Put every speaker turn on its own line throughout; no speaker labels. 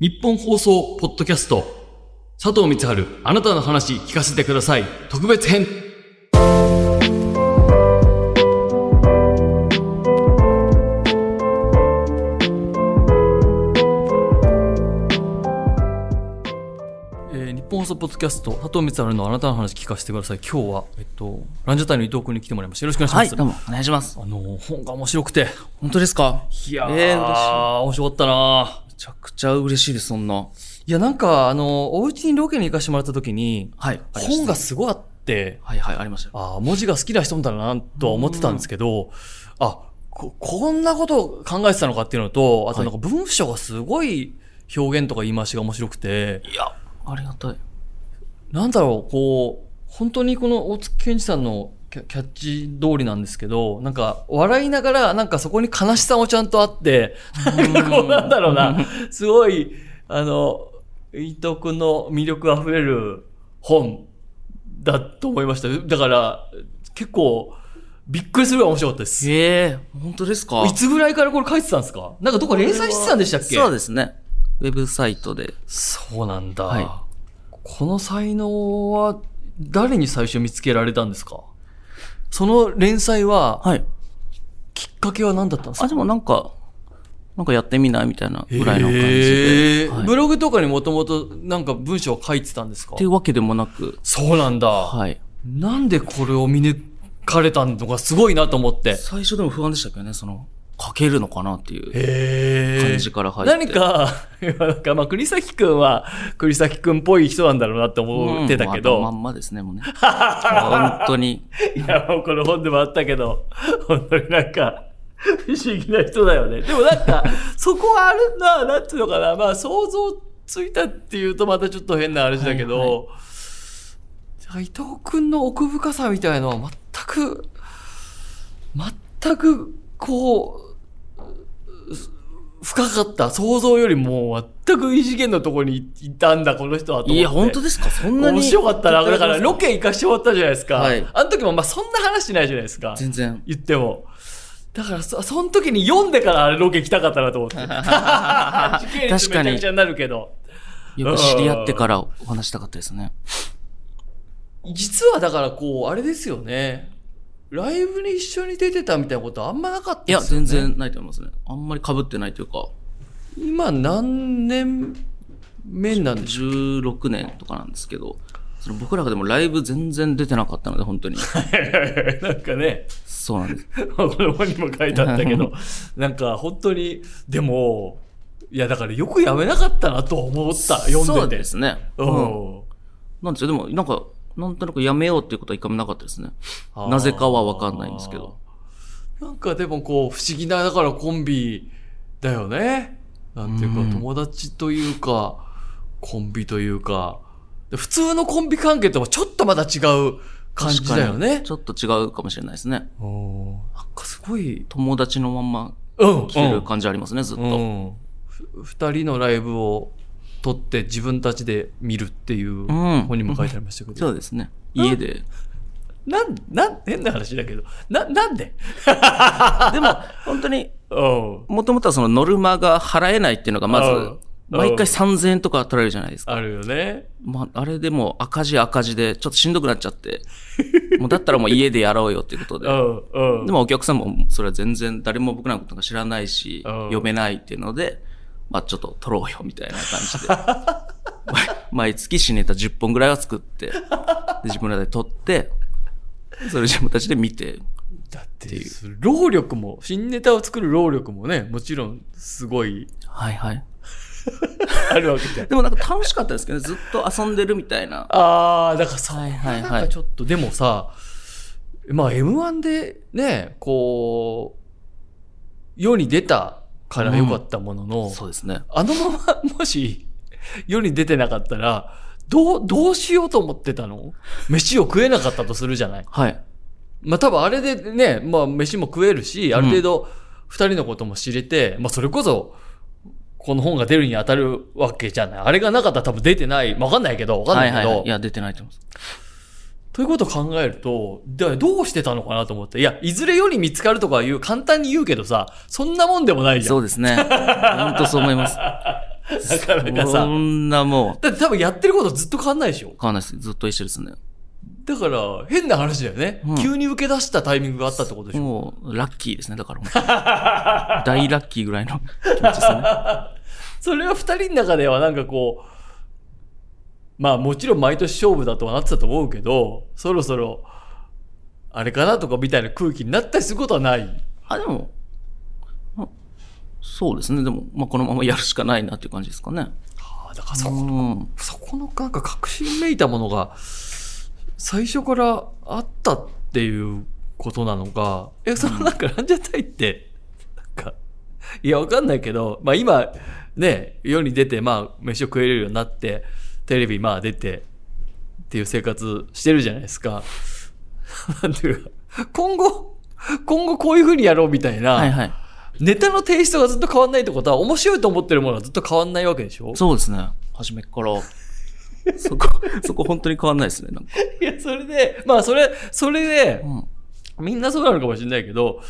日本放送ポッドキャスト佐藤光春あなたの話聞かせてください特別編えー日本放送ポッドキャスト佐藤光春のあなたの話聞かせてください今日はえっとランジャタイの伊藤君に来てもらいましたよろしくお願いしま
はい、
す、
どうも、お願いします。
あの本が面白くて
本当ですか
いやー、
えー嬉しい
面白かったな
めちゃくちゃ嬉しいです、そんな。
いや、なんか、あの、お家にロケに行かしてもらった時に、
はい、ありました
本がすごいあって、
はいはい、ありましたよ。
あー文字が好きな人なんだな、とは思ってたんですけど、あこ、こんなことを考えてたのかっていうのと、あとなんか文章がすごい表現とか言い回しが面白くて、
いや、ありがたい。
なんだろう、こう、本当にこの大月健二さんのキャキャッチ通りなんですけど、なんか、笑いながら、なんかそこに悲しさもちゃんとあって、なんかこうなんだろうな、すごい、あの、伊藤君の魅力あふれる本だと思いました。だから、結構、びっくりするぐらい面白かったです。
ええ本当ですか
いつぐらいからこれ書いてたんですかなんかどこか連載してたんでしたっけ
そうですね。ウェブサイトで。
そうなんだ。
はい
この才能は誰に最初見つけられたんですかその連載は、
はい。
きっかけは何だったんです
あ、
か
でもなんか、なんかやってみないみたいなぐらいの感じ
へ
で。
ー
はい
ブログとかにもともとなんか文章を書いてたんですか
っていうわけでもなく、
そうなんだ、
はい。
なんでこれを見抜かれたのがすごいなと思って。
最初でも不安でしたけどね、その、書けるのかなっていう
へー
感じから入って。
何か、 いやなんかまあ栗崎くんは栗崎くんっぽい人なんだろうなって
うん、
思ってたけど。
まあまんまですね、もうね。本当に。
いや、もうこの本でもあったけど、本当になんか、不思議な人だよね。でもなん か、そこはあるな、なんていうのかな、まあ想像ついたっていうとまたちょっと変な話だけど、伊藤君の奥深さみたいのは全く、全く、こう、深かった。想像よりも全く異次元のところにいたんだ、この人はと思って。
いや、本当ですかそんなに。
面白かったな。だから、ロケ行かしてもらったじゃないですか。
はい
あの時も、まあ、そんな話しないじゃないですか。
全然。
言っても。だからそ、その時に読んでからあれロケ行きたかったなと思 って。時系列
確か
めち
に
ゃくちゃになるけど。
よく知り合ってからお話したかったですね。
実はだから、こう、あれですよね。ライブに一緒に出てたみたいなことあんまなかった
いや、
ですよ
全
ね。。
然ないと思いますね。あんまり被ってないというか、
今何年目なんでしょ
16年とかなんですけど、その僕らがでもライブ全然出てなかったので、本当に。
うなんかね。
そうなんです。
まあこの本にも書いてあったけ ど、なんか本当に、でも、いやだからよくやめなかったなと思った、読んでて。
そうですね。
う
うん。
ん。
なんですよ。でも、なんか、なんとなくやめようっていうことは一回もなかったですね。
あー
なぜかはわかんないんですけど。
なんかでもこう、不思議な、だからコンビだよね。なんていうか、
うん
友達というか、コンビというか、で普通のコンビ関係とはちょっとまた違う感じだよ
確か
ね
に。ちょっと違うかもしれないですね。
うんなんかすごい、
友達のまんま
うん、
来てる感じありますね、ずっ
う
と。
んふ二人のライブを撮って自分たちで見るっていう
うん
本にも書いてありましたけど、
そうですね。家で。
なんなん変な話だけどななんで
でも、本当
う
に、
ん
もともとはそのノルマが払えないっていうのがま
うん
ず、毎回3000円とか取られるじゃないですか。
あるよね
まあ、あれでもう赤字赤字でちょっとしんどくなっちゃ って、もうだったらもう家でやろうよっていうこと
う
で。
んうん
でもお客さんもそれは全然誰も僕らのことなんか知らないし、
うん
読めないっていうので、まあちょっと取ろうよみたいな感じで。 毎毎月新ネタ10本ぐらいは作って、で自分らで取って、それ自分たちで見て、
だって労力も新ネタを作る労力もねもちろんすごい
はいはい。
あるわけじゃ ん
でもなんか楽しかったですけどね、ずっと遊んでるみたいな。
あーだからそう
はいは
なん
いは
か
い。
ちょっと、でもさ、まあ M1 でね、こう、世に出たから良かったものの、
そうですね。
あのままもし世に出てなかったら、どう、どうしようと思ってたの飯を食えなかったとするじゃない。
はい。
まあ多分あれでね、まあ飯も食えるし、ある程度二人のことも知れて、まあそれこそ、この本が出るに当たるわけじゃない。あれがなかったら多分出てない。わかんないけど、わかんないけど。
はいはいはい。いや、出てないと思います。
ということを考えると、だからどうしてたのかなと思って。いや、いずれより見つかるとか言う、簡単に言うけどさ、そんなもんでもないじゃ
そ
ん。
うですね。本当そう思います。
なかなか
そ
さ。
んなも
だって多分やってることずっと変わんないでしょ
う、変わんないです。ずっと一緒ですね。
だから、変な話だよね、
うん
急に受け出したタイミングがあったってことでしょ
もう、ラッキーですね。だから本 当に、大ラッキーぐらいの気持ちですね。
それは二人の中ではなんかこう、まあもちろん毎年勝負だとはなってたと思うけど、そろそろ、あれかなとかみたいな空気になったりすることはない。
あ、でも、あそうですね。でも、まあ、このままやるしかないなっていう感じですかね。
ああ、だから
うん。
そこのなんか確信めいたものが最初からあったっていうことなのか、え、そのなんかランジャタイって、なんか、いやわかんないけど、まあ今ね、世に出てまあ飯を食えるようになって、テレビまあ出てっていう生活してるじゃないですか。 なんていうか、今後、今後こういう風にやろうみたいな、
はいはい。
ネタのテイストがずっと変わんないってことは面白いと思ってるものはずっと変わんないわけでしょ
そうですね。初めっから。そこ、 そこ本当に変わんないですね。なんか。
いや、それで、まあ、それ、それで
う、ん。
みんなそうなのかもしれないけど、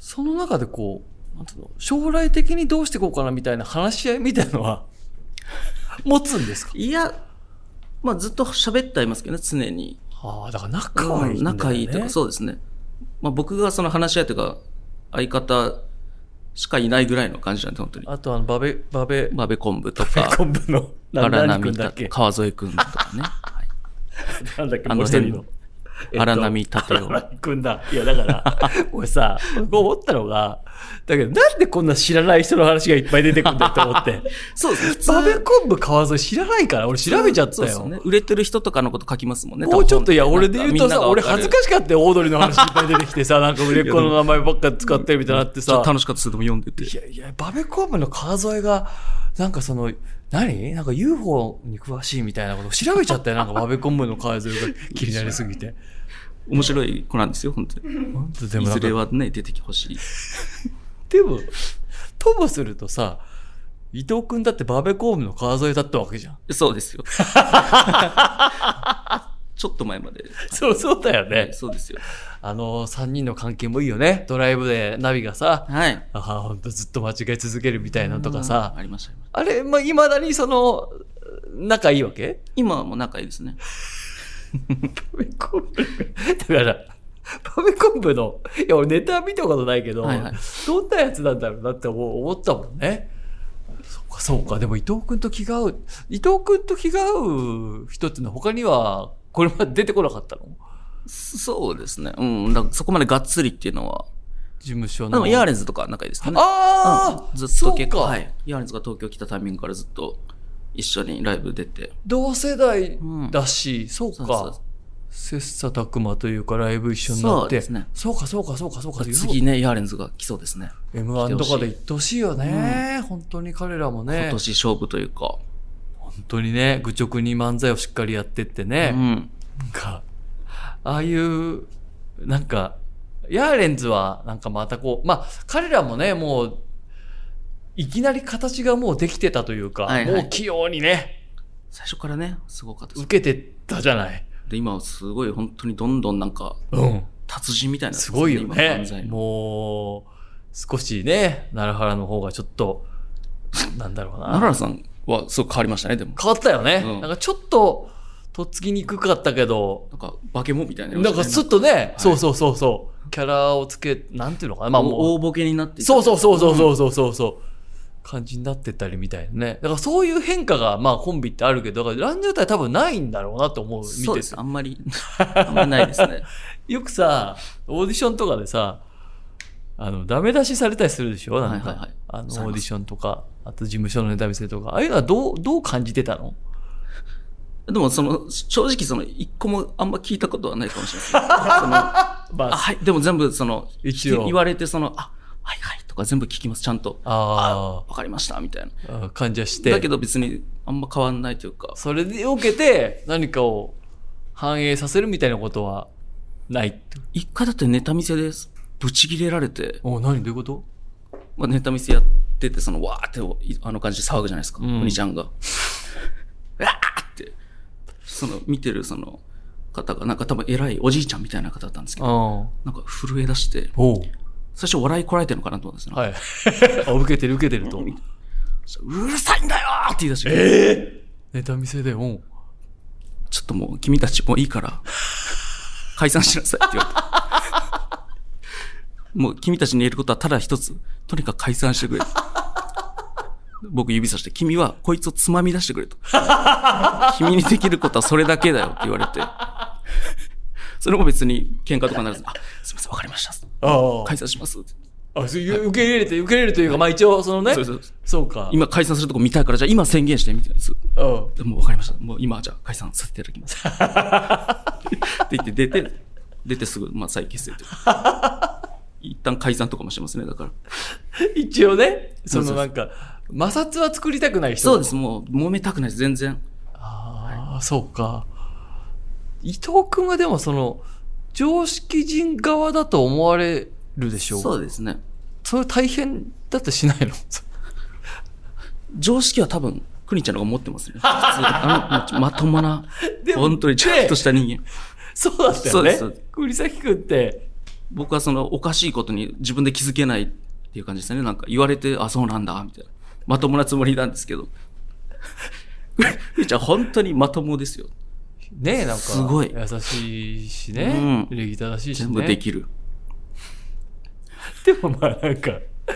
その中でこう、なんつうの、将来的にどうしていこうかなみたいな話し合いみたいのは、持つんですか
いや、まあ、ずっと喋ってはいますけどね、常に。
ああ、だから仲はいいんだよ、ね。
仲いいというか、そうですね。まあ、僕がその話し合いというか、相方しかいないぐらいの感じなんで、本当に。
あと、あの、バベ、バベ、
バベ昆布と
バベ
か、
昆布の、な
荒
何
波
君だ
だ
っけ
川添君とかね。はい
なんだっけも
あの
う一
辺
人
の
の。 えっと
荒波立夫
荒 波君だ。いや、だ から、俺さ、僕思ったのが、だけど、なんでこんな知らない人の話がいっぱい出てくるんだと思って。
そうですね。普通
バベ昆布川沿い知らないから、俺調べちゃった
そう
よ。
ですね。売れてる人とかのこと書きますもんね。
もうちょっと、いや、俺で言うと
なんか
さ、俺恥ずかしかったよ、オードリーの話いっぱい出てきてさ、なんか売れっ子の名前ばっか使ってるみたいになって
ちょ
さ
っと、楽しかったですでも読んでて。
いやいや、バベコーブの川添が、なんかその、何なんか UFO に詳しいみたいなことを調べちゃったよ、なんかバベコーブの川添が気になりすぎて。
面白い子なんですよ、本当に。
ほんとで
い
もな
ず
んか
れはね、出てきてほしい。
でも、ともするとさ、伊藤くんだってバベコーブの川添だったわけじゃん。
そうです よ。ちょっと前まで。
そう、そうだよ
はい。。そうですよ。
あの、三人の関係もいいよね。ドライブでナビがさ、
はい。
あほんとずっと間違え続けるみたいなのとかさ、
ありました、ありました
あれ、まあ、未だにその、仲いいわ け
今はもう仲いいですね。
パメコンブ。だから、パメコンブの、いや、俺ネタ見たことないけど、
はいはい
どんなやつなんだろうなって思思ったもんね。そうか、そうか。でも伊藤君と気が合う、伊藤君と気が合う人っていうのは他には、これまで出てこなかったの
そうですね。うん。だからそこまでがっつりっていうのは。
事務所
で
の。
も、ヤーレンズとかは仲いいですかね。
ああ、
うんずっと結構、
そうか
はい。ヤーレンズが東京来たタイミングからずっと一緒にライブ出て。
同世代
うん
だし、そう
そ
か。
うそう
切磋琢磨というかライブ一緒になって。
そうですね
そうか、そうか、そうか、そうか。
次ね、ヤーレンズが来そうですね。
M1 とかで行ってほしいよね、本当に彼らもね
今。年勝負というか。
本当にね、愚直に漫才をしっかりやってって
う
ね。
ん。
なんか、ああいう、なんか、ヤーレンズはなんかまたこう、まあ彼らもね、もう、いきなり形がもうできてたというか、
はいはい
もう器用にね、
最初からね、すごかったです。
受けてったじゃない。
で、今はすごい本当にどんどんなんか、
うん。
達人みたいな、
すごいよ
今漫
ね
才。の
もう、少しね、奈良原の方がちょっと、なんだろうな。
奈良さんはすごく変わりましたね、でも。
変わったよね。
うん
なんかちょっと、とっつきにくかったけど、
なんか、化け物みたいになり
な
ま
ん
した
か
ね。
すっとね、そうそうそうそう、キャラをつけ、なんていうのかな、まあ
お
も
大ボケになって
う、
い
そうそうそうそう
う
そ
ん。
うそうそうそう、感じになってったりみたいなね。だからそういう変化が、まあコンビってあるけど、だからランジャタイ多分ないんだろうなと思う、見
そう
て
で
て
す。あんまり、あんまりないです ね。
よくさ、オーディションとかでさ、あの、ダメ出しされたりするでしょなんか、
はいはいはい
あの、オ
されま
ー
す
ディションとか、あと事務所のネタ見せとか、ああいうのはどう、どう感じてたの
でも、その、正直、その、一個もあんま聞いたことはないかもしれないです。そ の
ま
あはい。でも全部、その、
一応
言われて、その、あ、はいはいとか全部聞きます、ちゃんと。
あ
わかりました、みたいな。
ーあー、感じはして。
だけど別に、あんま変わんないというか。
それで受けて何かを反映させるみたいなことはないって。
一回だってネタ見せです。ぶち切れられて、
お何どういうこと
まあ、ネタ見せやってて、その、わーってお、いあの感じで騒ぐじゃないですか。
ん
お兄ちゃんが。うわ ーって、その、見てるその、方が、なんか多分偉いおじいちゃんみたいな方だったんですけど、
あ
なんか震え出して、
おう。
最初笑いこらえてるのかなと思うんですよ。
はい。あ受けてる受けてると。
そしたらうるさいんだよーって言い出して、
ええネタ見せで、うん。
ちょっともう君たちもういいから、解散しなさいって言われた。もう君たちに言えることはただ一つ。とにかく解散してくれ。僕指さして、君はこいつをつまみ出してくれと。君にできることはそれだけだよって言われて。それも別に喧嘩とかならず、あ、すみません、わかりました。
あ
解散します。
あ。あ、そういう受け入れて、受け入れるというか、まあ一応、そのね。
そうそうそう
そうか。
今解散するとこ見たいから、じゃあ今宣言してみたいなやつ。
うん。
もう分かりました。もう今、じゃあ解散させていただき ます。って言って出て、出てすぐ、まあ再結成というか。一旦解散とかもしてますね、だから。
一応ね、そ
そ
の
うそ
なんか、摩擦は作りたくない人。
そうです、もう揉めたくないです、全然。
ああ、そうか。伊藤君はでもその、常識人側だと思われるでしょ
そうですね。
それ大変だってしないの
常識は多分、くにちゃんの方が持って ますね。普通あのままともな、
でも
本当にちゃんとした人間。
そうだった
そ
よ
うで
ね
すそうです。
栗崎君って。
僕はその、おかしいことに自分で気づけないっていう感じですね。なんか言われて、あ、そうなんだ、みたいな。まともなつもりなんですけ ど。くにちゃん、本当にまともですよ。
ねえ、なんか。
すごい
優しいしね。
うん
礼儀正しいしね。
全部できる。
でもまあなんか、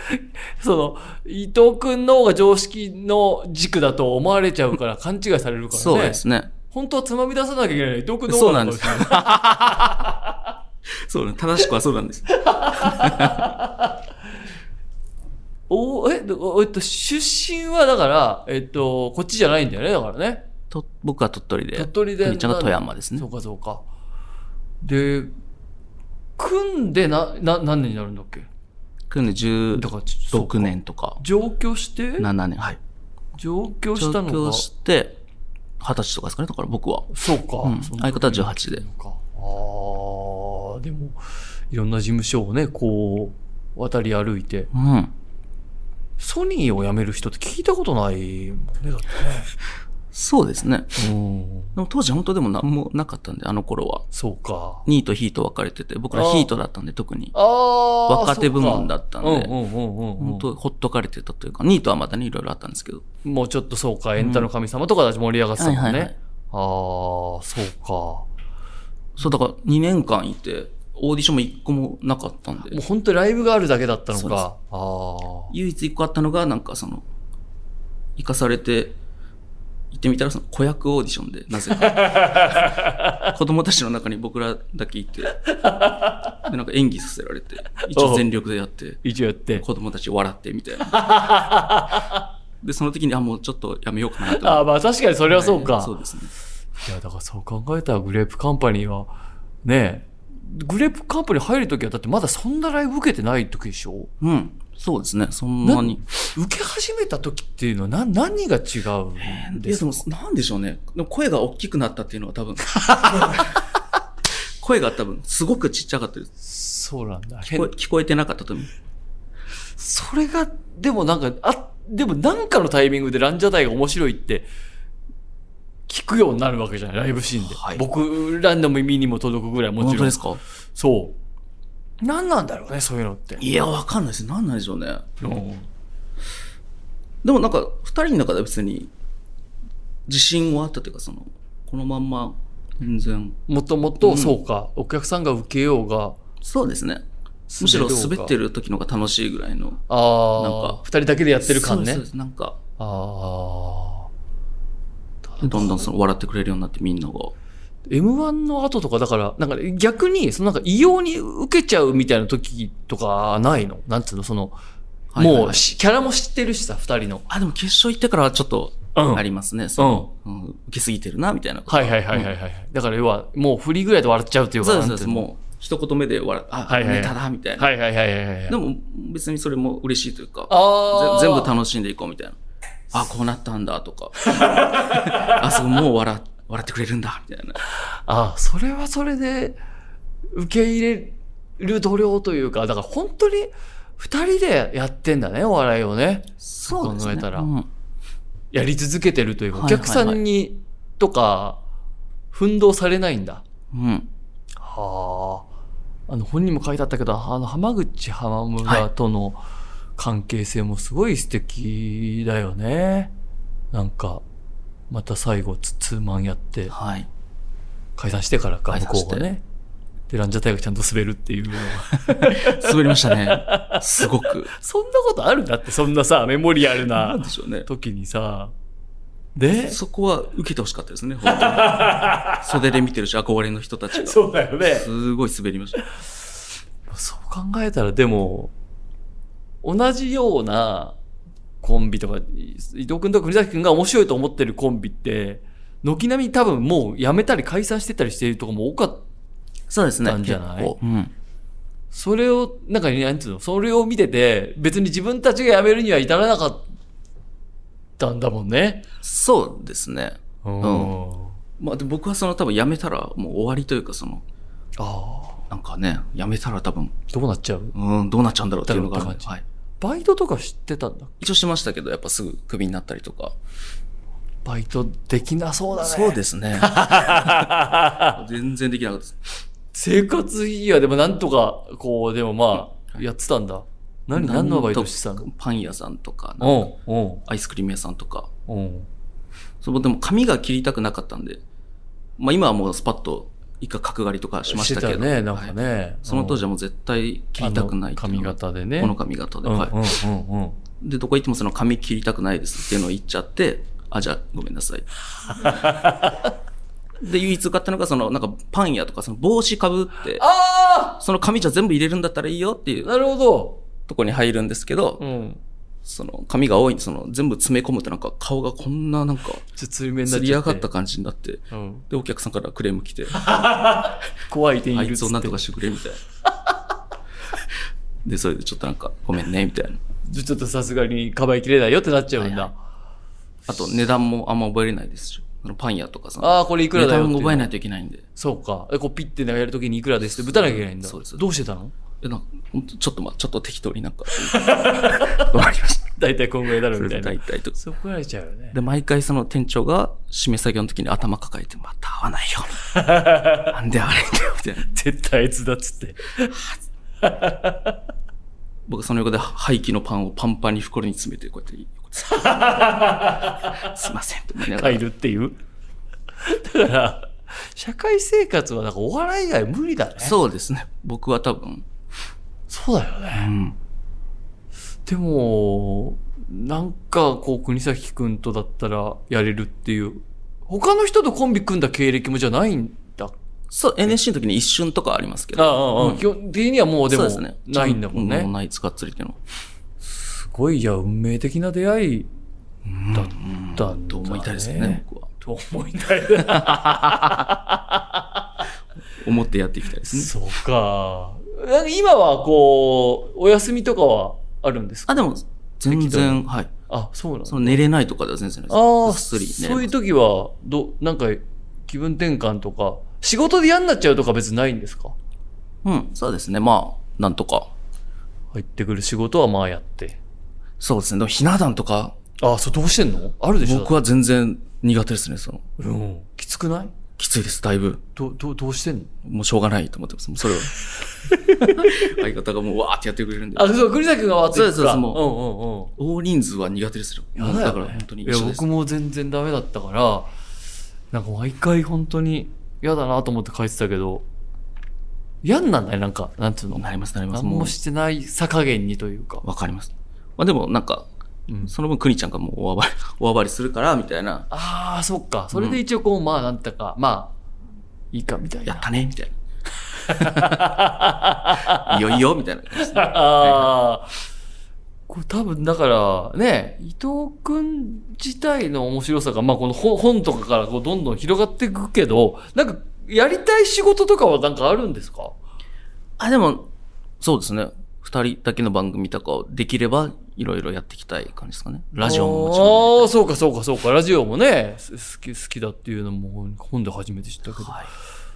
その、伊藤君の方が常識の軸だと思われちゃうから勘違いされるからね。
そうですね。
本当はつまみ出さなきゃいけないのに伊藤君の
そ
方
う
がか
なん
も
です
しれない。。
そうなん正しくはそうなんです。
おえどえっと、出身はだから、えっと、こっちじゃないんだよね、だからね。
と僕は鳥取で。
鳥取で。
くにちゃんが富山ですね
そ。うか、そうか。で、組んでな、な、何年になるんだっけ
くんで
だ
16
からちょ、そうか
年とか、
上京して
7年。はい。
上京
上
したの
京
が。
して、20歳とかですかね、だから僕は。
そうか。
うん
その時
相方は18で
そうかああ、でも、いろんな事務所をね、こう、渡り歩いて、
うん。
ソニーを辞める人って聞いたことないもんね、だって
そうですね。
ね。うん。
でも当時本当でも何もなかったんで、あの頃は。
そうか。
ニートヒート分かれてて、僕ら
あー
ヒートだったんで特に。
ああ
若手部門だったんで
うんうんうんうんうん
本当ほっとかれてたというか、ニートはまだね、いろいろあったんですけど。
もうちょっとそうか、エンタの神様とかだし盛り上がってたもんね。
はいはいはい
ああ、そうか。も
そう、だから2年間いて、オーディションも1個もなかったんで。
う本当にライブがあるだけだったの
そうです
か。ああ。
唯一一個あったのが、なんかその、行かされて、行ってみたらその子役オーディションで、なぜ か。子供たちの中に僕らだけいて、で、なんか演技させられて、一応全力でやって、
一応やって。
子供たち笑ってみたいな。 で、その時に、あ、もうちょっとやめようかなと思って。
ああ、まあ確かにそれはそうか。
そうですね。
いや、だからそう考えたらグレープカンパニーは、ねえ、グレープカンパニー入るときはだってまだそんなライブ受けてないときでしょ
うん。そうですね。そんなに。
受け始めたときっていうのはな何が違うん
い
で
や、
す
で
か
も、なんでしょうね。でも声が大きくなったっていうのは 多分。声が多分、すごくちっちゃかったです。
そうなんだ。
聞こえ聞こえてなかったと思う。
それが、でもなんか、あ、でもなんかのタイミングでランジャタイが面白いって、聞くようになるわけじゃない、ライブシーンで。
はい
僕らの耳にも届くぐらいもちろん。
か
そう。何なんだろうね、そういうのって。
いや、わかんないです。なんなんでしょうね。
うん
でもなんか、二人の中では別に、自信はあったというか、その、このまんま、全然。
もともと、そうか、お客さんが受けようが、
そうですね。むしろ滑って
る。
る時の方が楽しいぐらいの。
ああ、
なんか
二人だけでやってる感ね。
そうです。なんか、
ああ。
どんどんその笑ってくれるようになってみんなが。
M1 の後とか、だから、なんか逆に、そのなんか異様に受けちゃうみたいな時とかないのなんつうのその、
はいはいはい
もうしキャラも知ってるしさ、二人の。
あ、でも決勝行ってからはちょっと、
うん
ありますね。そのうん受けすぎてるな、みたいなこと。
はいはいはいはいはい。だから要は、もう振りぐらいで笑っちゃうっていうか、
そうで
な
す、そ
ん
う
て
で
い
す。
うの
もう、一言目で笑っあ、
はいはいはい
ネタだ、みたいな。
はいはいはいはいはい。
でも、別にそれも嬉しいというか。
ああ。
ぜ全部楽しんでいこうみたいな。あ、こうなったんだとか。 あ、そう、もう笑、笑ってくれるんだみたいな。
ああ、それはそれで、受け入れる度量というか、だから本当に、二人でやってんだね、お笑いをね。
そう
ですね考えたら
ん
やり続けてるというか、お
はいはいはい
客さんに、とか、奮闘されないんだ。
うん。
はあ。あの、本にも書いてあったけど、あの、浜口浜
は
村
い
との関係性もすごい素敵だよね。なんか、また最後ツ、ツーマンやって、
はい。
解散してからか、
解
向
散し
こ
て
うがね。で、ランジャタイがちゃんと滑るっていうのは。
滑りましたね。すごく。
そんなことあるんだって、そんなさ、メモリアル
な
なん
でしょうね。
時にさ。で、
そこは受けてほしかったですね、本当に。袖で見てるし、憧れの人たちが。
そうだよね。
すごい滑りました。
そう考えたら、でも、同じようなコンビとか、伊藤君と国崎君が面白いと思ってるコンビって、軒並み多分もう辞めたり解散してたりしているとこも多かった。
そうですね。
なんじゃない
結構うん。
それを、なんか、なんていうの、それを見てて、別に自分たちが辞めるには至らなかったんだもんね。
そうですね。
うん
んまあ、で僕はその多分辞めたらもう終わりというか、その、
ああ、
なんかね、辞めたら多分、
どうなっちゃう
うん、どうなっちゃうんだろうっていうのがあるん
だろうって
で、
感
はい。
バイトとか知ってたんだ。
一応してましたけど、やっぱすぐクビになったりとか。
バイトできなそうだね。
そうですね。 全然できなかったです。
生活費はでもなんとか、こう、でもまあ、やってたんだ。何、何のバイトしてたの
パン屋さんとか、
うん、うん
アイスクリーム屋さんとか。、
うん。
そう、でも髪が切りたくなかったんで、まあ今はもうスパッと一回角刈りとかしましたけ
て
ど。
ね、なんか
はい
ね。
その当時はもう絶対切りたくな
あの
いっていう
髪
のが
型でね。
この髪型で、
うん、うん、
はい
うんうん。
で、どこ行ってもその髪切りたくないですっていうのを言っちゃって、あ、じゃあごめんなさい。で、唯一買ったのがそのなんかパン屋とかその帽子かぶって、
あ
その髪じゃ全部入れるんだったらいいよってい
あ
う
なるほど。
とこに入るんですけど、
うん。
その髪が多いんで、その全部詰め込むとなんか顔がこんななんか、
ちょっとつり目になっちゃ
す
って。
り上がった感じになって、
うん。
で、お客さんからクレー ム来て、
怖い店員
あ
いる
い
っ
つ
つ
をな
っ
ん
て
とかしてくれ、みたいな。 で、それでちょっとなんか、ごめんね、みたいな。
ちょちょっとさすがにかばいきれないよってなっちゃうんだ。
はいあと、値段もあんま覚えれないですし、あのパン屋とかさ、
ああ、これいくら
値
だよっ
段
てい
も
うの
覚えないといけないんで、
そうか。えこうピッてなんかやるときにいくらですってぶたなきゃいけないんだ。
そうです
どうしてたの
えなんかほんとちょっとま、ちょっと適当になんか、 わかりました。
大体こんぐらいだろう
それ
みた
で
いな
大。体と。
そこられちゃうよね。
で、毎回その店長が締め作業の時に頭抱えて、また合わ ないよ。なんで合わないんだよ、みたいな。
絶対あいつだっつって。
僕その横で廃棄のパンをパンパンに袋に詰めて、こうやって横で、すいません、と思いながら
入るっていう。だから、社会生活はなんかお笑い以外無理だね。
そうですね。僕は多分、
そうだよね。
うん。
でも、なんかこう、国崎くんとだったらやれるっていう。他の人とコンビ組んだ経歴もじゃないんだ。
そう、NSC の時に一瞬とかありますけ
あ
ど。
あ、
うん
基本的にはもうで
そう
も
ですね。
ないんだもん
う
ね。
ないつがっつりっていうのは。
すごい、じゃあ運命的な出会いだっ
うん
たんだね
と思いたいですけどね、僕は。
と思いたいな。
思ってやっていきたいですね。
そうか。 なんか今はこう、お休みとかはあるんですか
あ、でも、全然、はい。
あ、そうなの
その寝れないとかでは全然ないです。
ああ、
ぐっすり寝れ
そう
ま
い
す
う時は、ど、なんか気分転換とか、仕事で嫌になっちゃうとか別にないんですか
うん、そうですね。まあ、なんとか。
入ってくる仕事はまあやって。
そうですね。でも、ひな壇とか、
あ、そう、どうしてんのあるでしょ
僕
は、
は全然苦手ですね。その、
うん。きつくない
きついです、だいぶ。
ど、ど、どうしてんの
もうしょうがないと思ってます。もう それは。相方がもうわーってやってくれるんで。
あ、そう、栗崎君がわーって行くか
そうですそうですも
うんうんうん。
大人数は苦手ですよ。
やだよね
だから本当に
い
一
や
緒です
僕。も全然ダメだったからなんか毎回本当に嫌だなと思って書いてたけど嫌になんないなんかなんていうの
なります、なります。
何
も
も
う、
してないさ加減にというか、
わかります。まあでも、なんか、
うん
その分、くにちゃんがもう大暴れ、 大暴れするから、みたいな、
ああそっかそれで一応こう、まあなんとかまあいいかみたい
やっ
な
たね、みたいな。いよいよ、みたいな感じで。
ああこれ多分だからね伊藤君自体の面白さがまあこの本本とかからこうどんどん広がっていくけどなんかやりたい仕事とかはなんかあるんですか
あ、でも、そうですね。二人だけの番組とかをできれば、いろいろやっていきたい感じですかね。ラジオももちろん
ああ、そうかそうかそうか。ラジオもね、す好き、好きだっていうのも本で初めて知ったけど。
はい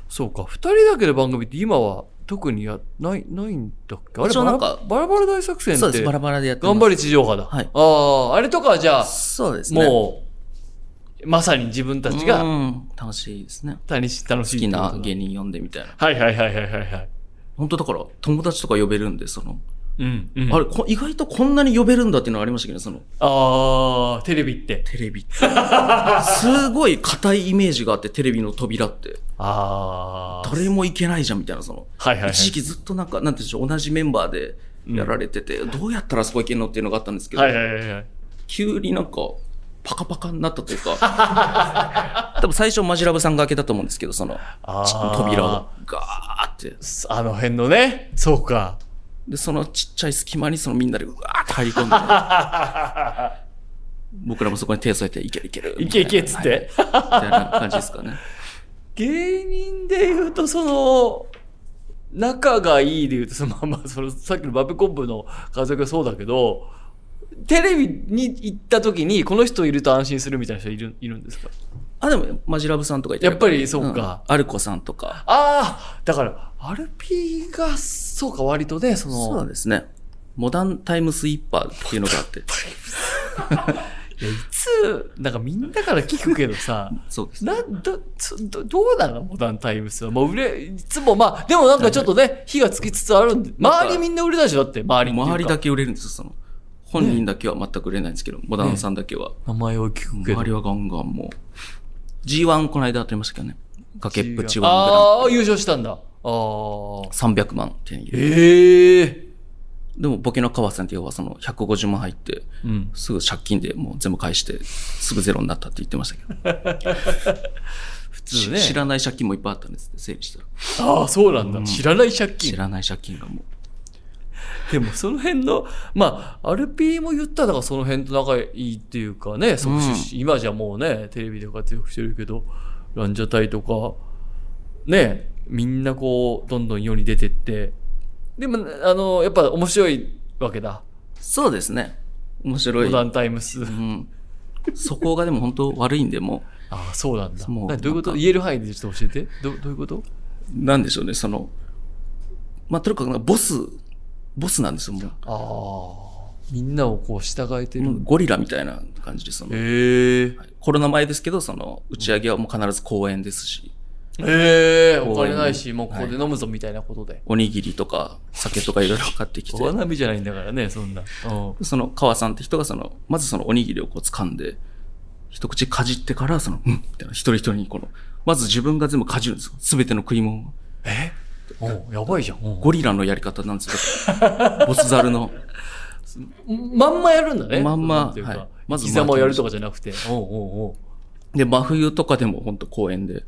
そうか、二人だけの番組って今は特にや、ない、ないんだっけあれ
一応なんか
バラバラ大作戦
そう
っ
で
て
す。バラバラでやってます。
頑張れ地上波だ。
はい
ああ、あれとかはじゃあ、
そうですね。
もう、まさに自分たち
う
が
ん、楽しいですね。
楽しい。楽し
好
い
き
ってことだ
な芸人呼んでみたいな。
はいはいはいはいはいはい。
本当だから友達とか呼べるんで、その、
うん、うん
あれ、こ意外とこんなに呼べるんだっていうのはありましたけどね、その、
あーテレビって。
テレビって。 すごい硬いイメージがあって、テレビの扉って。
ああ。
誰もいけないじゃん、みたいな、その。
はいはい、はい。
一時期ずっとなんか、なんていうんでしょう、同じメンバーでやられてて、どうやったらあそこ行けんのっていうのがあったんですけど、
はいはいはいはい。
急になんか、パカパカになったというか、 多分最初マジラブさんが開けたと思うんですけど、その、
あー
ち扉をガーって。
すあの辺のね。そうか。
で、そのちっちゃい隙間にそのみんなでうわーって入り込んで、 僕らもそこに手を添えて、いけるいける。
いけいけっつっ
はい
て。
みたいな感じですかね。
芸人で言うと、その、仲がいいで言うと、そのまあまあ、その、さっきのバブコンブの家族がそうだけど、テレビに行った時に、この人いると安心するみたいな人いるいるんですか
あ、でも、マジラブさんとかいて
やっぱりそうか。
んアルコさんとか。
ああだから、アルピーが、そうか、割とね、その、
そうなんですね。モダンタイムスイッパーっていうのがあって。
いやいつ、なんかみんなから聞くけど さ、
そうですね。
などそどどうなのモダンタイムスはもう売れいつもまあでもなんかちょっとね火がつきつつあるんで
なんか
周りみんな売れたしだって周りっていうか
周りだけ売れるんですよ、その。本人だけは全く売れないんですけど、モダンさんだけは。
名前を聞くけど
周りはガンガンもう。G1 この間当たりましたけどね。崖っぷち
G1
1グラ
ああ優勝したんだああ
ンプ300万手に入れる。
ええ
でも、ボケの川さんっていうのはその150万入って、
うん
すぐ借金でもう全部返して、すぐゼロになったって言ってましたけど。
普通ね
し知らない借金もいっぱいあったんですって、整理したら。
ああそうなんだ、知らない借
知
金
らない借金がもう。
でもその辺のまあアルピーも言ったらだからその辺と仲いいっていうかね、そう
うん
今じゃもうねテレビで活躍してるけどランジャタイとかねみんなこうどんどん世に出てってでもあのやっぱ面白いわけだ
そうですね。面白
モ
い。
ダンタイムス、
うん。そこがでも本当悪いんで、も
ああそうなんだ
もう
などういうこ
なん
と
か
言える範囲でちょっと教えてどどういうこと
う、なんでしょうね、その、まあ、とにかくボス、ボスなんですよ、もう。
ああみんなをこう従えてる、
もうゴリラみたいな感じで、その、
へえ
コロナ前ですけど、その、打ち上げはもう必ず公演ですし、
ええ
こう
お金ないしもうここで飲むぞみたいなことで、
おにぎりとか酒とかいろいろ買ってきて、
お花見じゃないんだからねそんな、うん
その川さんって人がその、まずそのおにぎりをこう掴んで、一口かじってから、その、うんみたいな、一人一人にこの、まず自分が全部かじるんですよ。すべての食い物を
えおやばいじゃん。
ゴリラのやり方なんですよ。 ボスザルの。
まんまやるんだね。
まんま
っていう
は
か
い、
ま
ま
ず
ず
膝もやるとかじゃなくて。おうおう
で、真冬とかでも本当公園で、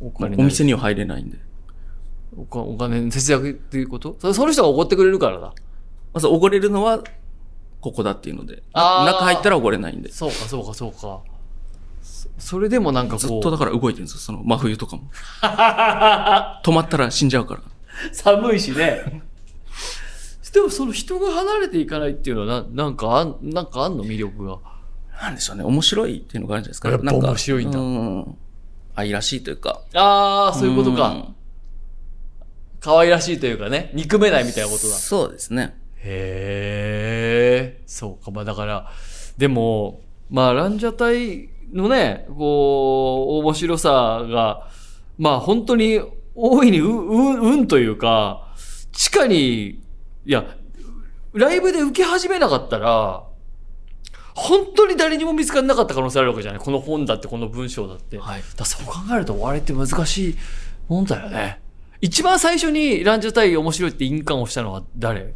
おうお
お
金ない
店には入れないんで。
おかお金、節約っていうことそその人が怒ってくれるからだ。
まずおごれるのは、ここだっていうので。
あー
中入ったらおごれないんで。
そうか、そうか、そうか。そそれでもなんか
ず
こ
っとだ
う、
から動いてるんですよ、その真冬と かも。止まったら死んじゃうから。
寒いしね。 でもその人が離れていかないっていうのはな、なんかあん、なんかあんの魅力が。
なんでしょうね、面白いっていうのがあるんじゃないですか。
やっぱ
なんか
面白いんだ
うん愛らしいというか。
ああ、そういうことか。
ん。
可愛らしいというかね、憎めないみたいなことだ。
そうですね。
へえ、そうか。まあだから、でも、まあランジャタイのね、こう、面白さが、まあ本当に大いにう、う、うんというか、地下に、いや、ライブで受け始めなかったら、本当に誰にも見つからなかった可能性あるわけじゃないこの本だって、この文章だって。
い。
だからそう考えるとあれって難しいもんだよね。一番最初にランジャタイ面白いって印鑑をしたのは誰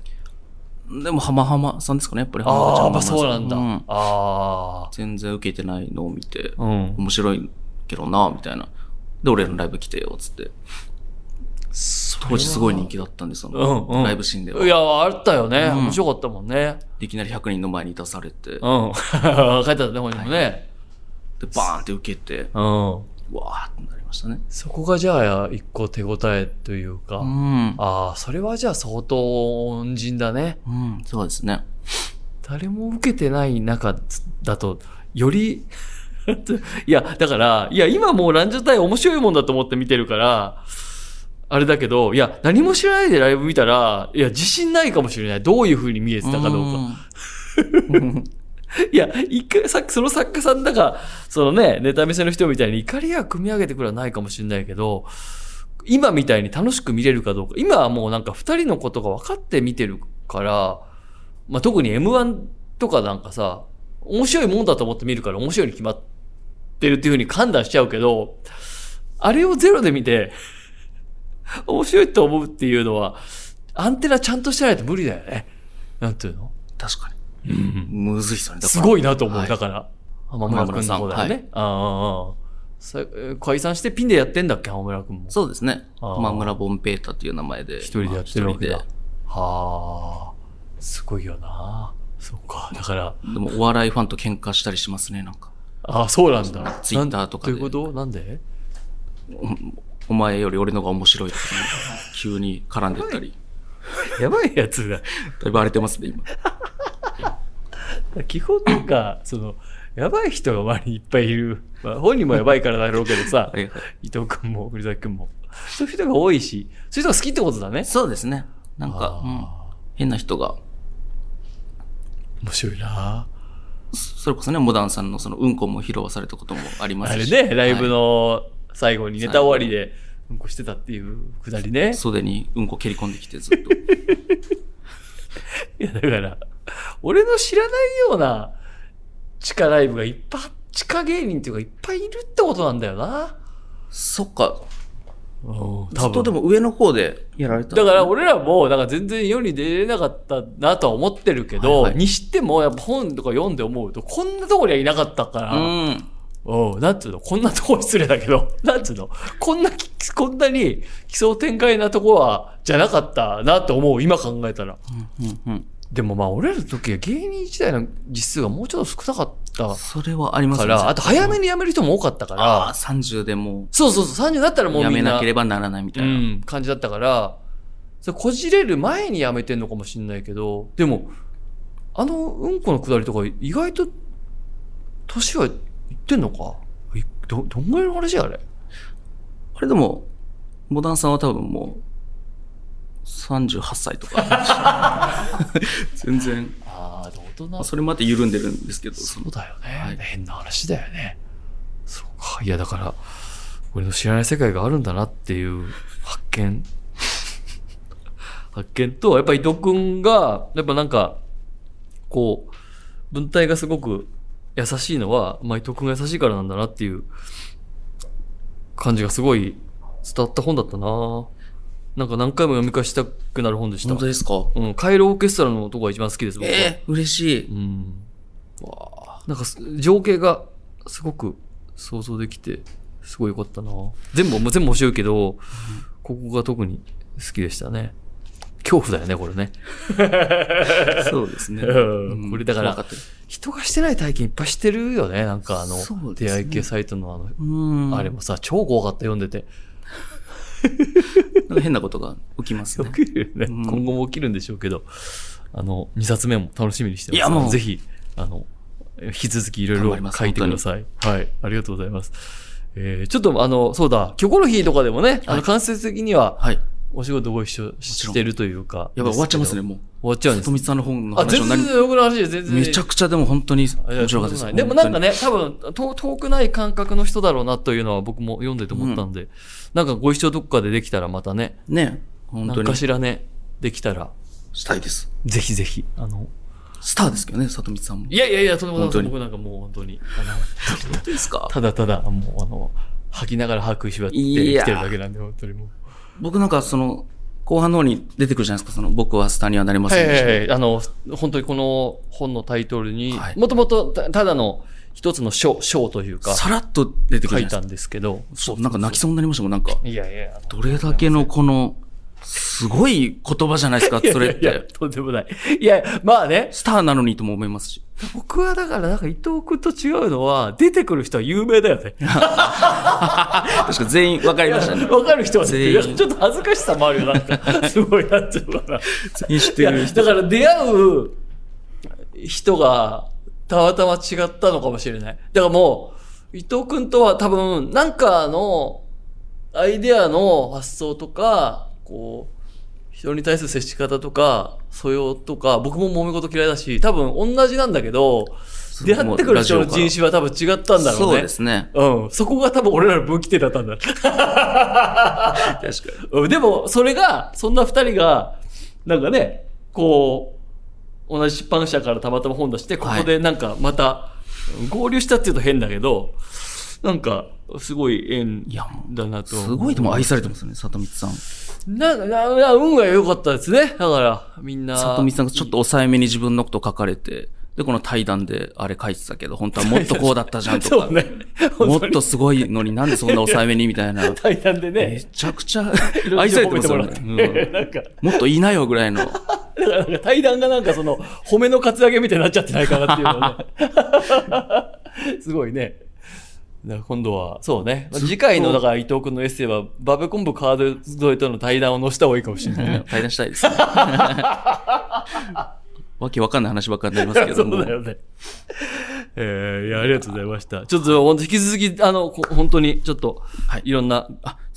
でも、浜浜さんですかね、やっぱり。浜
ああ、
浜
まあ
ちゃん
そうなんだ。
浜
あ
さ
あ
全然受けてないのを見て、
ー。うん。
面白いけどな、みたいな。で、俺らのライブ来てよ、つって。当時すごい人気だったんで、その、
うんうん
ライブシーンで
い
は。
や、あったよね。
うん
面白かったもんね。
いきなり100人の前に出されて、で、
う
バ
ん。 書いてあったね、本にもね。
ーンって受けて、
うん。
わーってなりましたね。
そこがじゃあ、一個手応えというか。
うん。
ああ、それはじゃあ相当恩人だね。
うん、そうですね。
誰も受けてない中だと、より、 いや、だから、いや、今もうランジャタイ面白いもんだと思って見てるから、あれだけど、いや、何も知らないでライブ見たら、いや、自信ないかもしれない。どういう風に見えてたかどうか。
うん。
いや、一回、さっきその作家さんだが、そのね、ネタ見せの人みたいに怒りや組み上げてくれはないかもしれないけど、今みたいに楽しく見れるかどうか。今はもうなんか二人のことが分かって見てるから、まあ、特に M1 とかなんかさ、面白いもんだと思って見るから面白いに決まってるっていうふうに判断しちゃうけど、あれをゼロで見て、 面白いと思うっていうのは、アンテナちゃんとしてないと無理だよね。なんていうの
確かに。むずいっすよね。だか
す
ら
ごいなと思う。
はい
だから、浜村君の方だよね。ああああさえー解散してピンでやってんだっけ、浜村君も。
そうですね。
あー
浜村ボンペータっていう名前で。
一人でやってるわけだ。
まあ
は
一
あ、すごいよな。そうか。だから、
人ででも、お笑いファンと喧嘩したりしますね、なんか。
ああ、そうなんだ。
Twitter とかで
なんどういうことなんで
お前より俺のが面白いと かね、急に絡んでったり。
やばいやつだ。
だいぶ荒れてますね、今。
基本なんか、その、やばい人が周りにいっぱいいる。まあ、本人もやばいからだろうけどさ、
はいはい
伊藤君も栗崎君も。そういう人が多いし、そういう人が好きってことだね。
そうですね。なんか、うん
あ
変な人が、
ー面白いな。
それこそね、モダンさんのそのうんこも披露されたこともありま
あ
す
れ
し。
ね、ライブ
は
の最後にネタ終わりで、うんこしてたっていうくだりね
い。。袖にうんこ蹴り込んできて、ずっと。
いや、だから、俺の知らないような地下ライブがいっぱい、地下芸人っていうかいっぱいいるってことなんだよな。
そっか。
多
ずっとでも上の方でやられた。
だから、俺らも、なんか全然世に出れなかったなとは思ってるけど、
はいはい
にしても、やっぱ本とか読んで思うと、こんなとこにはいなかったから、
うん。
おうなんつうのこんなとこ失礼だけど、 なんつうのこんなき、こんなに奇想天外なとこは、じゃなかったなと思う、今考えたら。
うんうん。
でもまあ、俺らの時は芸人時代の実数がもうちょっと少なかった
それはあります
か
ね
ら、あと早めに辞める人も多かったか
ああ、
ら、
30でも
そうそうそう、30だったら
う、
もう
や
み
め
んな、
なければならないみた
う
いな。
ん、感じだったから、それこじれる前に辞めてんのかもしれないけど、でも、あのうんこのくだりとか意外と、年はいってんのかいど、どんぐらいの話あれ
あれでも、モダンさんは多分もう、38歳とか。 全然、
ああ、どう
ま
な
あそれまで緩んでるんですけど、そ
そう
の
だよね、
はい
変な話だよね。そうか。いや、だから、俺の知らない世界があるんだなっていう発見。 発見と、やっぱ伊藤くんが、やっぱなんか、こう、文体がすごく優しいのは、まあ、伊藤くんが優しいからなんだなっていう感じがすごい伝わった本だったななんか何回も読み返したくなる本でした
本当。ですか
うん、カイロオーケストラのとこが一番好きです、僕は。
ええ嬉しい。
うん。なんかす、情景がすごく想像できて、すごい良かったな全部、もう全部面白いけど、ここが特に好きでしたね。恐怖だよね、これね。
そうですね。
うんこれだから
怖ったです
人がしてない体験いっぱいしてるよね、なんかあの、
そうで
出
すね
会い系サイトのあの、
うん。
あれもさ、超怖かった、読んでて。
なんか変なことが起きますね。
起きるよね。
うん
今後も起きるんでしょうけど、あの、2冊目も楽しみにしてます。
いやもう
ぜひ、あの、引き続きいろい
頑張り
ろ
ます
書いてください。はい。ありがとうございます。えー、ちょっとあの、そうだ、キョコロヒーとかでもね、あ
は
の、
い
間接的には、
はい。
お仕事ご一緒
ちろん
してるというか。
やばい、終わっちゃいますね、
でけ
もう。
ど。終わっちゃうんです
里。見さんの本の
あ、
話
全
になり
然、僕の話です全然。
めちゃくちゃでも本当に面白かったで
いや
す。
でもなんか
ね、
ね、多分と遠くない感覚の人だろうなというのは僕も読んでて思ったんで、なんかご一緒どっかでできたらまたね、
ね、本
な
当
ん
に
か。しらね、できたら、
したいです。
ぜひぜひ、あの、
スターですけどね、里見さんも。
いやいやいや、とんでもないです
本当に
僕なんかもう本当に、あの、
本当です か
ただただ、もうあの、吐きながら吐く石ばって生きてるだけなんで、本当にもう。
僕なんかその、後半の方に出てくるじゃないですか、その、僕はスターにはなりま
は
せ
い
ん
は
でした。
いはい、あの、本当にこの本のタイトルに
は、い
もともとたただの一つの章、章というか、
さらっと出てく
書
るじ
い
ゃないです
た
か。
んですけど、
そう、なんか泣きそうになりましたもん、なんか。
いやいや、あの
どれだけのこの、すごい言葉じゃないですか、それっ
いやいや
て。
とんでもない。いや、まあね、
スターなのにとも思いますし。
僕はだから、なんか伊藤君と違うのは、出てくる人は有名だよね。
確か全員分かりましたね。
わかる人はね、
全員
ちょっと恥ずかしさもあるよ、なん か。すごい、なんていうのかな。
全員知っ
い
て
や
る人。
だから出会う人がたまたま違ったのかもしれない。だからもう、伊藤くんとは多分、なんかの、アイデアの発想とか、こう、人に対する接し方とか、素養とか、僕も揉め事嫌いだし、多分同じなんだけど、
そ
出会ってくる人の人種は多分違ったんだろうね。
そうですね。
うん。そこが多分俺らの分岐点だったんだ。
確かに。
うんでも、それが、そんな二人が、なんかね、こう、同じ出版社からたまたま本出して、ここでなんかまた、合流したっていうと変だけど、なんか、すごい縁
いやも
だなと。
すごいでも愛されてますね、里光さん。
なんか、なな運が良かったですね。だから、みんな。
里光さんがちょっと抑えめに自分のこと書かれて、で、この対談であれ書いてたけど、本当はもっとこうだったじゃんと
そ
か
う、ね。
もっとすごいのになんでそんな抑えめにみたいな。
対談で
め
ね、
ちゃくちゃ
いろい
愛さ
ろ
れ
褒
て
め
ま
て
す
も
よ
らっ
ね
て。。
う ん
なんか、
もっといないよぐらいの。
だからなんか対談がなんかその褒めの活上げみたいになっちゃってないかなっていう のね。すごいね。だから今度は、そうね。まあ
ずっと
次回の、だから伊藤君のエッセイは、バブコンボカード添えとの対談を載せた方がいいかもしれない ね。
対談したいですね。わけわかんない話ばっかりになりますけ
そ
ども
うだ。よね。 えー、いや、ありがとうございました。ちょっと、本当引き続き、あの、こ本当に、ちょっと、
はいい、
ろんな、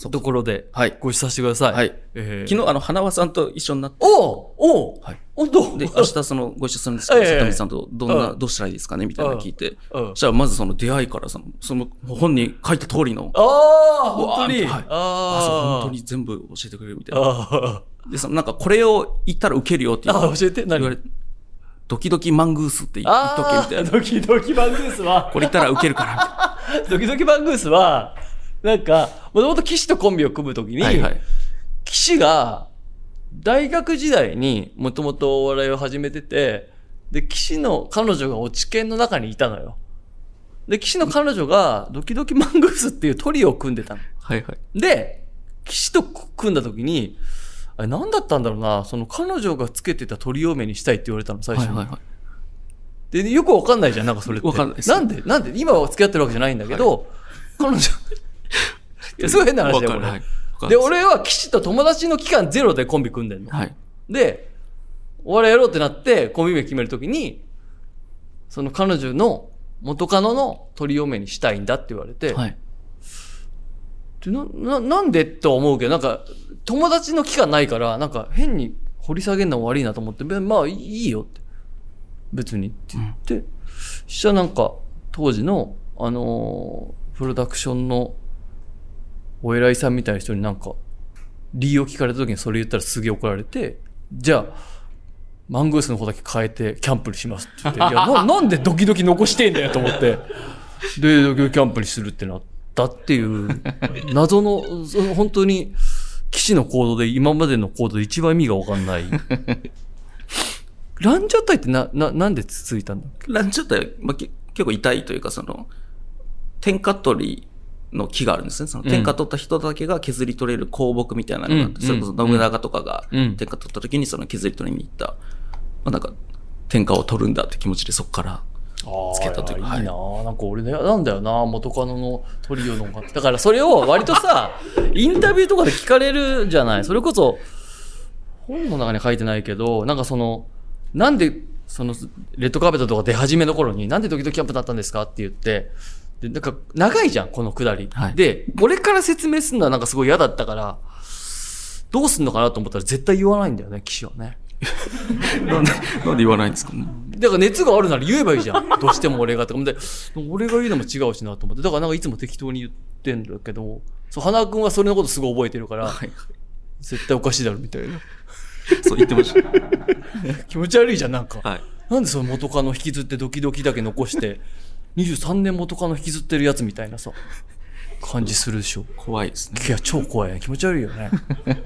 ところで、
はい
ご一緒させてください。
はい
えー
昨日、あの、花輪さんと一緒になって、
おうお う、
はい
本当
で、明日その、ご一緒するんですけ
え
ど、
え
里見さんとどんな、
うん
どうしたらいいですかねみたいなの聞いて、
うん
そしたらまずその出会いからその、その本に書いた通りの、
ああ、本当に。
うわーはい
あ
あそう
あ、
本当に全部教えてくれるみたいな。
あ
で、そのなんかこれを言ったら受けるよって
あ、
言わ
ああ、教えて、何
れて、ドキドキマングースって言っとけみ
あ
た
あ
いな。
ドキドキバングース は、
これ言ったら受けるからみたい な。
ドキドキバングースは、なんか、もともと騎士とコンビを組むときに、
はいはい。
騎士が、大学時代にもともとお笑いを始めてて、で、騎士の彼女が落ち研の中にいたのよ。で、騎士の彼女が、ドキドキマングースっていうトリオを組んでたの。
はいはい。
で、騎士と組んだ時に、あれ何だったんだろうな、その彼女がつけてた鳥嫁にしたいって言われたの、最
はい
初
は
に。
いはい。
で、よくわかんないじゃん、なんかそれって。
わかんないです
なんで、なんで、今は付き合ってるわけじゃないんだけど、彼 女、いや、すごい変な話だよ、こ
わかんない
れ。
はい
で、俺は騎士と友達の期間ゼロでコンビ組んでんの。
はい。
で、お笑いやろうってなって、コンビ名決めるときに、その彼女の元カノの鳥嫁にしたいんだって言われて、
はい。
でなななんでとは思うけどなんか友達の期間ないからなんか変に掘り下げるのも悪いなと思ってべまあいいよって別にって言って、そしたらなんか当時のあのープロダクションのお偉いさんみたいな人になんか理由を聞かれた時にそれ言ったらすげえ怒られてじゃあマングースの方だけ変えてキャンプにしますって言って、いや、ななんでドキドキ残してんだよと思って、で、ドキドキキャンプにするってなったっていう、謎の、その本当に、騎士の行動で、今までの行動で一番意味がわかんない。ランジャタイってな、な、なんでつついたんだっけ
ランチャタイ、まあ、け結構痛いというか、その、天下取りの木があるんですね。その
うん
天下取った人だけが削り取れる香木みたいなのがあって、
うん
それこそ信長とかが
うん
天下取った時にその削り取りに行った、まあ、なんか、天下を取るんだって気持ちでそこから。
つ
つけたというか
いいなぁなんか俺ね、なんだよなぁ元カノのトリオの方だからそれを割とさ、 インタビューとかで聞かれるじゃない。それこそ、本の中には書いてないけど、なんかその、なんで、その、レッドカーペットとか出始めの頃に、なんでドキドキキャンプだったんですかって言って、で、なんか、長いじゃん、このくだり。
はい
で、俺から説明するのはなんかすごい嫌だったから、どうすんのかなと思ったら絶対言わないんだよね、騎士はね。
なんで、なんで言わないんですかね。
だから熱があるなら言えばいいじゃん。 どうしても俺がとか。で、俺が言うのも違うしなと思って。だからなんかいつも適当に言ってんだけど、そう、花君はそれのことすごい覚えてるから、
はい。
絶対おかしいだろみたいな。
そう言ってました。
気持ち悪いじゃん、なんか。
はい。
なんでその元カノ引きずってドキドキだけ残して、23年元カノ引きずってるやつみたいなさ、感じするでしょ。
怖いですね。
いや、超怖いね。気持ち悪いよね。うん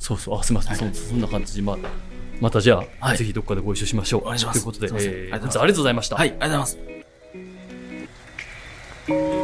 そうそう、あ、すみません。そうそんな感じで、まあ、またじゃあ、
はい
ぜひどっかでご一緒しましょう。お
願いします
ということで、
すいません
えー
ありがとうござ
本
います
日はありがとうございました。
はい、ありがとうござい
「
ます。